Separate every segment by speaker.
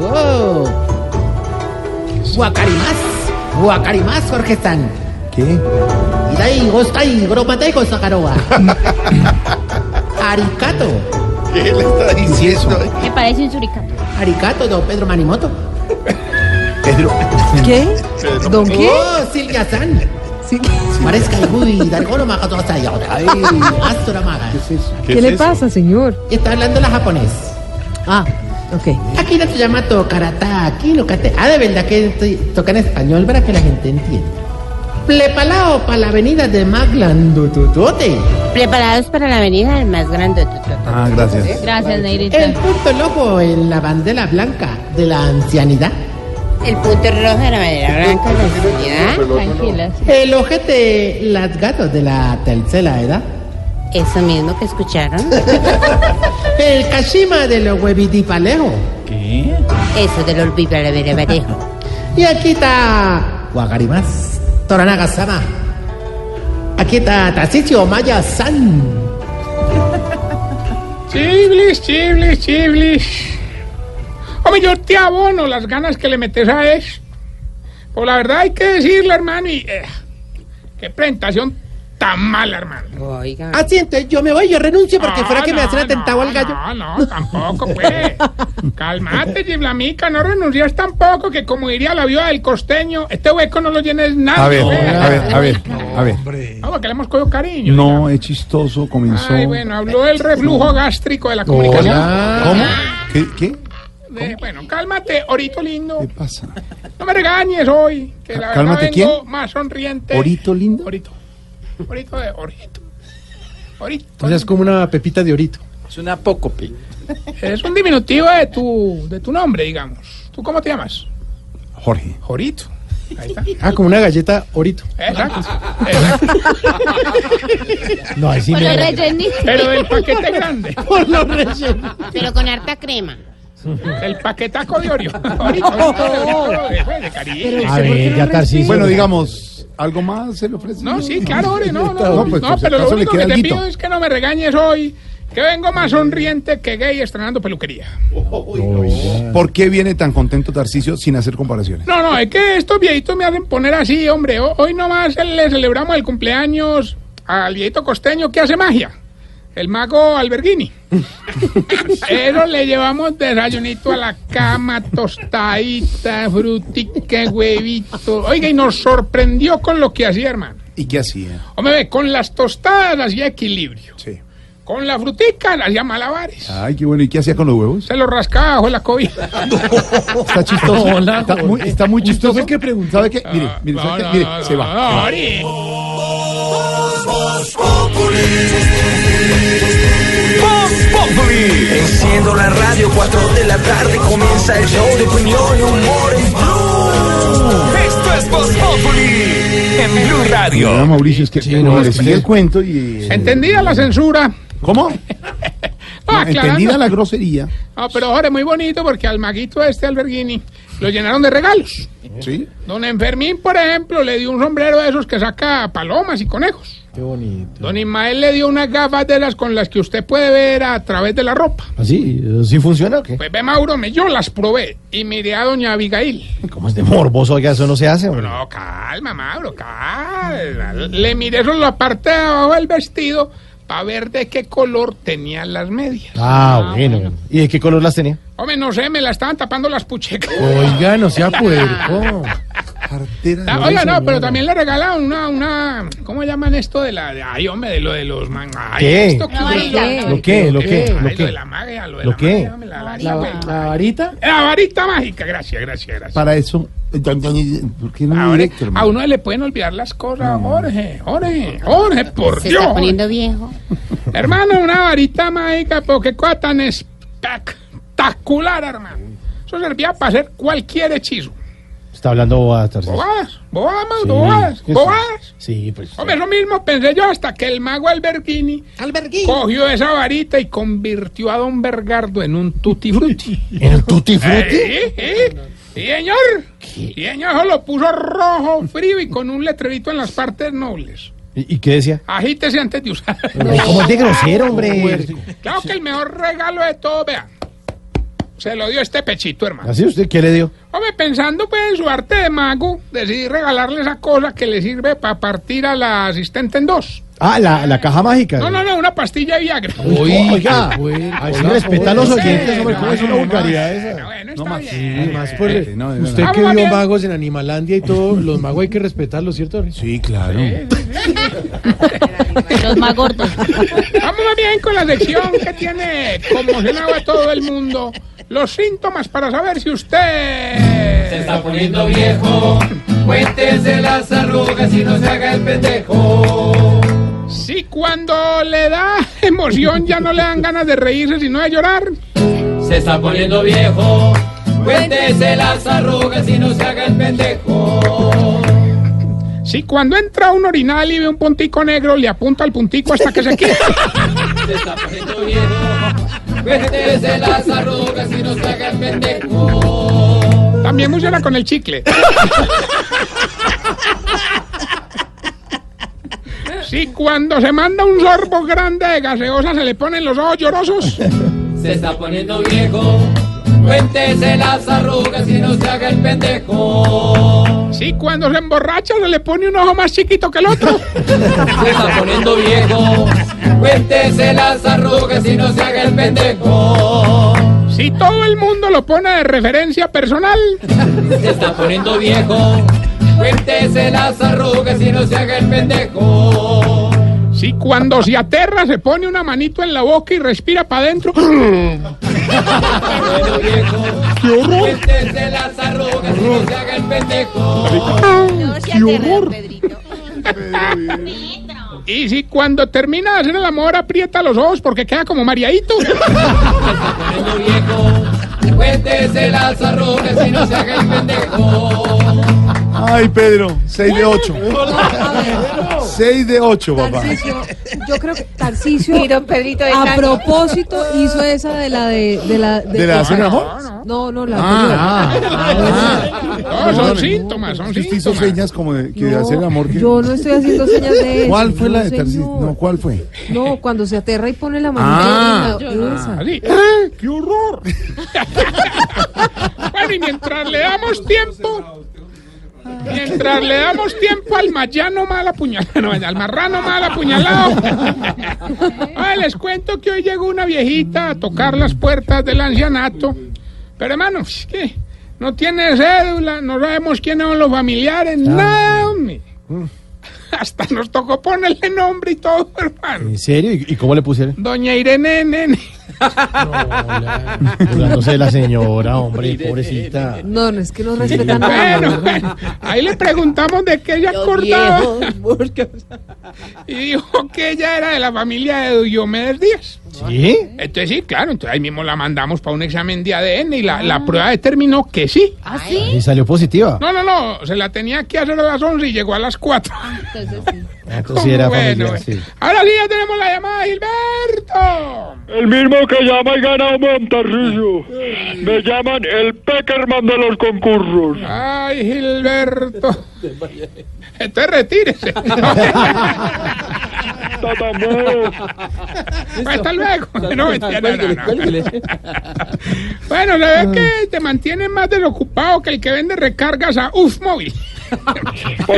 Speaker 1: Wow. Guacarimás, guacarimás, Jorge San.
Speaker 2: ¿Qué?
Speaker 1: Y ahí, gostai, gropatejo, sacaroa. Aricato,
Speaker 3: ¿Qué le está diciendo?
Speaker 4: Me parece un suricato.
Speaker 1: aricato, don Pedro Manimoto.
Speaker 2: Pedro.
Speaker 5: ¿Qué?
Speaker 3: Pedro.
Speaker 5: ¿Don qué?
Speaker 1: Oh, Silvia San.
Speaker 5: Sí.
Speaker 1: Parezca el Gudi, Dargono Magatosa y ahora. Ay, Astora Maga.
Speaker 5: ¿Qué, le pasa, señor?
Speaker 1: Y está hablando la japonés.
Speaker 5: Ah, ok.
Speaker 1: Aquí no te llama tocarata, aquí lo que te. Ah, de verdad que estoy- toca en español para que la gente entienda. Plepalao para la avenida de Maglandututote.
Speaker 4: Preparados para la avenida del más grande.
Speaker 2: Ah, gracias.
Speaker 4: Gracias, Negrita.
Speaker 1: El punto loco en la bandera blanca de la ancianidad.
Speaker 4: El punto rojo de la bandera blanca de la sociedad. Tranquilas.
Speaker 1: El ojete las gatos de la tercera edad.
Speaker 4: Eso mismo que escucharon.
Speaker 1: El cachima de los huevidipalejos.
Speaker 2: ¿Qué?
Speaker 4: Eso del olvido a la vera Vallejo.
Speaker 1: Y aquí está Guagarimás, Toranagasama. Aquí está Tacicio Maya San.
Speaker 6: Chiblis, chiblis, chiblis. Hombre, yo te abono las ganas que le metes a eso. Pues la verdad hay que decirle, hermano, y... eh, qué presentación tan mala, hermano.
Speaker 4: Oiga.
Speaker 1: Así entonces yo me voy, yo renuncio porque
Speaker 6: Ah,
Speaker 1: fuera que me
Speaker 6: no,
Speaker 1: hacen atentado
Speaker 6: no,
Speaker 1: al gallo.
Speaker 6: No, no, tampoco, pues. Calmate, Giblamica, no renuncias tampoco, que como diría la viuda del costeño, este hueco no lo llenes nada.
Speaker 2: A ver,
Speaker 6: pues.
Speaker 2: a ver, a ver, a ver.
Speaker 6: Ah, porque le hemos cogido cariño.
Speaker 2: No, es chistoso, comenzó.
Speaker 6: Ay, bueno, habló del reflujo gástrico de la comunicación.
Speaker 2: Hola. ¿Cómo? ¿Qué, ¿Qué?
Speaker 6: Eh, bueno, cálmate, orito lindo.
Speaker 2: ¿Qué pasa?
Speaker 6: No me regañes hoy, que la verdad
Speaker 2: Cálmate,
Speaker 6: vengo
Speaker 2: ¿quién?
Speaker 6: más sonriente.
Speaker 2: ¿Orito lindo?
Speaker 6: Orito. Orito de orito. Orito.
Speaker 7: Entonces es como una pepita de orito.
Speaker 6: Es un diminutivo de tu, de tu nombre, digamos. ¿Tú cómo te llamas?
Speaker 2: Jorge.
Speaker 6: Jorito. Ahí está.
Speaker 7: Ah, como una galleta orito.
Speaker 6: Exacto. Exacto.
Speaker 7: No, ahí sí
Speaker 4: Por
Speaker 7: me-
Speaker 4: lo rellenito,
Speaker 6: Pero del paquete grande.
Speaker 4: pero con harta crema.
Speaker 6: El paquetaco de Oreo. Orito. Después de cariño.
Speaker 7: A ver, ya Tarcisio.
Speaker 2: Bueno, digamos, ¿algo más se le ofrece?
Speaker 6: No, sí, claro, Ore,
Speaker 2: No,
Speaker 6: no, no.
Speaker 2: pues,
Speaker 6: no,
Speaker 2: por si
Speaker 6: pero lo
Speaker 2: acaso le
Speaker 6: único que
Speaker 2: queda
Speaker 6: te
Speaker 2: alguito.
Speaker 6: pido es que no me regañes hoy, que vengo más sonriente que gay estrenando peluquería.
Speaker 2: ¿Por qué viene tan contento Tarcicio sin hacer comparaciones?
Speaker 6: No, no, es que estos viejitos me hacen poner así, hombre. Ho- Hoy nomás le celebramos el cumpleaños al viejito costeño que hace magia, el mago Alberghini. Pero le llevamos desayunito a la cama, tostadita, frutica, huevito. Oiga, y nos sorprendió con lo que hacía, hermano.
Speaker 2: ¿Y qué hacía?
Speaker 6: Hombre, ve, con las tostadas hacía equilibrio.
Speaker 2: Sí.
Speaker 6: Con la frutica hacía malabares.
Speaker 2: Ay, qué bueno. ¿Y qué hacía con los huevos?
Speaker 6: Se lo rascaba bajo la cobija.
Speaker 2: Está chistoso. está, muy, está muy chistoso. ¿Sabes qué ¿Sabe qué? Mire, mire,
Speaker 6: No,
Speaker 2: ¿sabe
Speaker 6: no,
Speaker 2: qué? Mire,
Speaker 6: no,
Speaker 2: se
Speaker 6: no,
Speaker 2: va.
Speaker 6: no,
Speaker 2: se va.
Speaker 6: Ori.
Speaker 8: Enciendo la radio, 4 de la tarde comienza el show de opinión y humor en Blue. Esto es Voz Populi en Blue Radio.
Speaker 2: Ah, Mauricio, es que no, le sigue el cuento y... eh,
Speaker 6: Entendida la censura.
Speaker 2: ¿Cómo?
Speaker 6: Ah,
Speaker 2: No,
Speaker 6: aclarando.
Speaker 2: entendida la grosería.
Speaker 6: Ah, pero ahora es muy bonito porque al maguito este Alberghini lo llenaron de regalos.
Speaker 2: Sí.
Speaker 6: Don Enfermín, por ejemplo, le dio un sombrero de esos que saca palomas y conejos.
Speaker 7: Qué bonito.
Speaker 6: Don Ismael le dio unas gafas de las con las que usted puede ver a través de la ropa.
Speaker 7: ¿Así? ¿Sí funciona o qué?
Speaker 6: Pues ve, Mauro, me, yo las probé y miré a doña Abigail.
Speaker 7: ¿Cómo es de morboso? Oiga, eso no se hace, hombre. Ah,
Speaker 6: No, calma, Mauro, calma. Le miré solo la parte de abajo del vestido para ver de qué color tenían las medias.
Speaker 7: Ah, bueno. ¿Y de qué color las tenía?
Speaker 6: Hombre, no sé, me la estaban tapando las puchecas.
Speaker 7: Oiga, no sea puerco.
Speaker 2: Cartera de
Speaker 6: Ah, oiga, no,
Speaker 7: señora.
Speaker 6: pero también le regalaron una, una, ¿cómo llaman esto de la, de- ay, hombre, de lo de los man, ay,
Speaker 7: ¿Qué?
Speaker 6: esto
Speaker 4: La varita.
Speaker 7: ¿Lo qué? ¿Lo qué?
Speaker 6: Ay,
Speaker 7: ¿Lo
Speaker 6: lo de
Speaker 7: qué?
Speaker 6: la magia, lo de
Speaker 7: ¿Lo
Speaker 6: la
Speaker 7: qué?
Speaker 6: magia, hombre, la, varita,
Speaker 7: ¿La,
Speaker 6: güey.
Speaker 7: la varita?
Speaker 6: La varita mágica, gracias, gracias, gracias.
Speaker 2: Para eso... ¿Por qué no
Speaker 6: Ahora,
Speaker 2: directo,
Speaker 6: a
Speaker 2: hermano?
Speaker 6: uno le pueden olvidar las cosas, Jorge, Jorge, Jorge, por
Speaker 4: Se
Speaker 6: Dios.
Speaker 4: está poniendo viejo.
Speaker 6: Hermano, una varita mágica, pero qué cosa tan espectacular, hermano. Eso servía para hacer cualquier hechizo.
Speaker 7: Está hablando bobadas, Tarcisio.
Speaker 6: Bobadas, bobadas, Mauro,
Speaker 7: Sí.
Speaker 6: bobadas,
Speaker 7: Sí.
Speaker 6: bobadas.
Speaker 7: Sí, pues.
Speaker 6: Hombre, lo mismo pensé yo hasta que el mago Albertini
Speaker 1: Alberguín.
Speaker 6: cogió esa varita y convirtió a don Bergardo en un tutti frutti.
Speaker 7: ¿En el tutti frutti?
Speaker 6: Eh, eh, Sí, señor. Y señor eso lo puso rojo, frío y con un letrerito en las partes nobles.
Speaker 7: ¿Y, y qué decía?
Speaker 6: Agítese antes de usar.
Speaker 7: Ay, ¿Cómo es de grosero, hombre?
Speaker 6: Claro que el mejor regalo de todo, vea. Se lo dio este pechito, hermano.
Speaker 7: ¿Así usted qué le dio?
Speaker 6: Hombre, pensando pues en su arte de mago, decidí regalarle esa cosa que le sirve para partir a la asistente en dos.
Speaker 7: Ah, la, la caja mágica.
Speaker 6: No, no, no, una pastilla de Viagra.
Speaker 7: Oiga, así respeta a los oyentes, hombre, ¿cómo es una
Speaker 6: no,
Speaker 7: vulgaridad
Speaker 6: Bueno,
Speaker 7: esa?
Speaker 6: bueno, está bien.
Speaker 9: Además,
Speaker 7: Eh,
Speaker 9: por- usted
Speaker 6: Vamos,
Speaker 9: que vio
Speaker 6: Gabriel.
Speaker 9: magos en Animalandia y todo, los magos hay que respetarlos, ¿cierto? Sí, claro.
Speaker 10: Los más gordos.
Speaker 6: Vamos bien con la sección que tiene conmocionado a todo el mundo. Los síntomas para saber si usted... Se está poniendo viejo. Cuéntese las arrugas y no se haga el pendejo. Si cuando le da emoción ya no le dan ganas de reírse, sino de llorar. Si cuando entra a un orinal y ve un puntico negro, le apunta al puntico hasta que se quita. También funciona con el chicle. Si cuando se manda un sorbo grande de gaseosa se le ponen los ojos llorosos.
Speaker 11: Se está poniendo viejo. Cuéntese las arrugas y no se haga el pendejo.
Speaker 6: Si cuando se emborracha se le pone un ojo más chiquito que el otro.
Speaker 11: Se está poniendo viejo. Cuéntese las arrugas y no se haga el pendejo.
Speaker 6: Si todo el mundo lo pone de referencia personal.
Speaker 11: Se está poniendo viejo. Cuéntese las arrugas y no se haga el pendejo.
Speaker 6: Si cuando se aterra se pone una manito en la boca y respira para adentro.
Speaker 11: Cuéntese las arrugas y no se haga el pendejo.
Speaker 10: No se aterran, Pedrito.
Speaker 6: Y si cuando termina de hacer el amor aprieta los ojos porque queda como mareadito.
Speaker 11: Poniendo viejo. Cuéntese las arrugas y no se haga el pendejo.
Speaker 2: Ay, Pedro, 6 de 8. 6 de 8, papá.
Speaker 5: Tarcicio, yo creo que Tarcicio
Speaker 4: Y don Pedrito de
Speaker 5: a
Speaker 4: Cali.
Speaker 5: propósito hizo esa de la de, de la de,
Speaker 2: ¿De la cena
Speaker 5: No, no, la
Speaker 2: Ah,
Speaker 6: No, son síntomas, son
Speaker 2: Usted hizo
Speaker 6: síntomas.
Speaker 2: señas como de, que
Speaker 5: anterior.
Speaker 2: de
Speaker 5: No,
Speaker 2: hacer amor. que-
Speaker 5: Yo no estoy haciendo señas de eso.
Speaker 2: ¿Cuál fue
Speaker 5: no,
Speaker 2: la de Tarcisio?
Speaker 5: señor.
Speaker 2: No, ¿cuál fue?
Speaker 5: No, cuando se aterra y pone la mano
Speaker 2: Ah.
Speaker 5: en la- esa.
Speaker 6: Así. ¡Ah, ¡Qué horror! bueno, y mientras le damos tiempo. Mientras le damos tiempo al mayano mal apuñalado, no, al marrano mal apuñalado. Ay, les cuento que hoy llegó una viejita a tocar las puertas del ancianato. Pero hermano, es que no tiene cédula, no sabemos quiénes son los familiares, nada, hombre. Hasta nos tocó ponerle nombre y todo, hermano.
Speaker 7: ¿En serio? ¿Y, y cómo le pusieron?
Speaker 6: Doña Irene, nene.
Speaker 7: Burlándose de la señora, hombre, pobrecita.
Speaker 5: No, no es que no respetan nada.
Speaker 6: Bueno, bueno, ahí le preguntamos de qué ella acordaba y dijo que ella era de la familia de Diomedes Díaz.
Speaker 7: ¿Sí?
Speaker 6: Entonces sí, claro, entonces ahí mismo la mandamos para un examen de ADN y la, la prueba determinó que sí.
Speaker 10: ¿Ah, sí?
Speaker 7: Y salió positiva.
Speaker 6: No, no, no, se la tenía que hacer a las 11 y llegó a las 4.
Speaker 10: Entonces sí.
Speaker 7: Entonces sí era familiar,
Speaker 6: bueno.
Speaker 7: sí.
Speaker 6: Ahora sí, ya tenemos la llamada de Gilberto.
Speaker 11: El mismo que llama y gana un Montarrillo. Me llaman el Peckerman de los concursos.
Speaker 6: Ay, Gilberto. Entonces retírese. Pues, Hasta luego. No, mentira, no, no, no. Bueno, la verdad es
Speaker 7: Ah.
Speaker 6: que te mantiene más desocupado que el que vende recargas a Uf Móvil.
Speaker 11: Para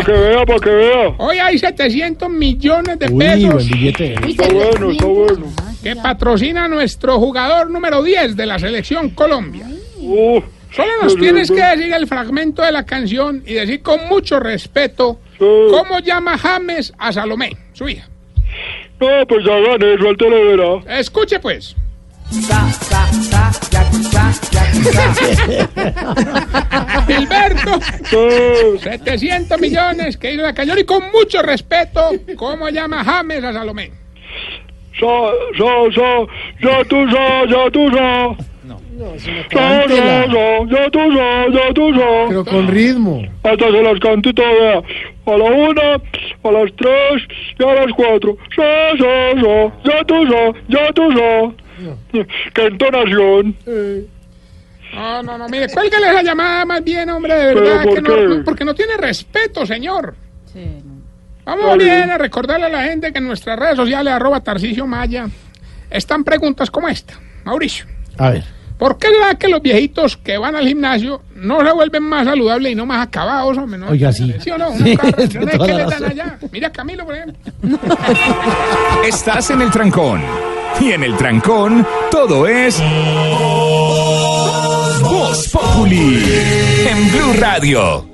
Speaker 11: que vea, para que vea.
Speaker 6: Hoy hay 700 millones de
Speaker 7: Uy, buen
Speaker 6: pesos
Speaker 7: billete.
Speaker 10: Uy,
Speaker 11: Está
Speaker 10: se
Speaker 11: bueno, está bueno.
Speaker 6: que patrocina nuestro jugador número 10 de la selección Colombia.
Speaker 11: Uh,
Speaker 6: Solo nos
Speaker 11: Uy,
Speaker 6: tienes
Speaker 11: uy,
Speaker 6: que
Speaker 11: uy.
Speaker 6: decir el fragmento de la canción y decir con mucho respeto
Speaker 11: Sí.
Speaker 6: cómo llama James a Salomé, su hija.
Speaker 11: no, pues ya gané, suéltale, verá.
Speaker 6: Escuche pues. Gilberto,
Speaker 11: Sí.
Speaker 6: 700 millones que hizo la cañón y con mucho respeto, ¿cómo llama James a Salomé?
Speaker 11: Sa, sa, sa, ya tú sa, ya tú sa. Sa, sa, sa, ya tú sa, ya tú sa.
Speaker 9: Pero con ritmo.
Speaker 11: Hasta se las canto y todo, vea. A la una, a las tres y a las cuatro. Sa, sa, sa, ya tú sa, ya tú sa. ¡Qué entonación!
Speaker 6: No, no, no, mire, cuélgale la llamada más bien, hombre, de
Speaker 11: ¿Pero
Speaker 6: verdad,
Speaker 11: por
Speaker 6: que no,
Speaker 11: qué?
Speaker 6: no, porque no tiene respeto, señor.
Speaker 10: Sí, no.
Speaker 6: Vamos bien a recordarle a la gente que en nuestras redes sociales, arroba Tarcicio Maya, están preguntas como esta. Mauricio,
Speaker 7: A ver.
Speaker 6: ¿por qué será que los viejitos que van al gimnasio no se vuelven más saludables y no más acabados, hombre? No?
Speaker 7: Oiga, sí.
Speaker 6: ¿Sí o no? Uno
Speaker 7: Sí,
Speaker 6: cada-
Speaker 7: es que
Speaker 6: ¿no es
Speaker 7: toda
Speaker 6: que
Speaker 7: la
Speaker 6: le dan
Speaker 7: razón.
Speaker 6: allá? Mira a Camilo, por ejemplo.
Speaker 8: Estás en el trancón. Y en el trancón, todo es. Voz Populi. En Blue Radio.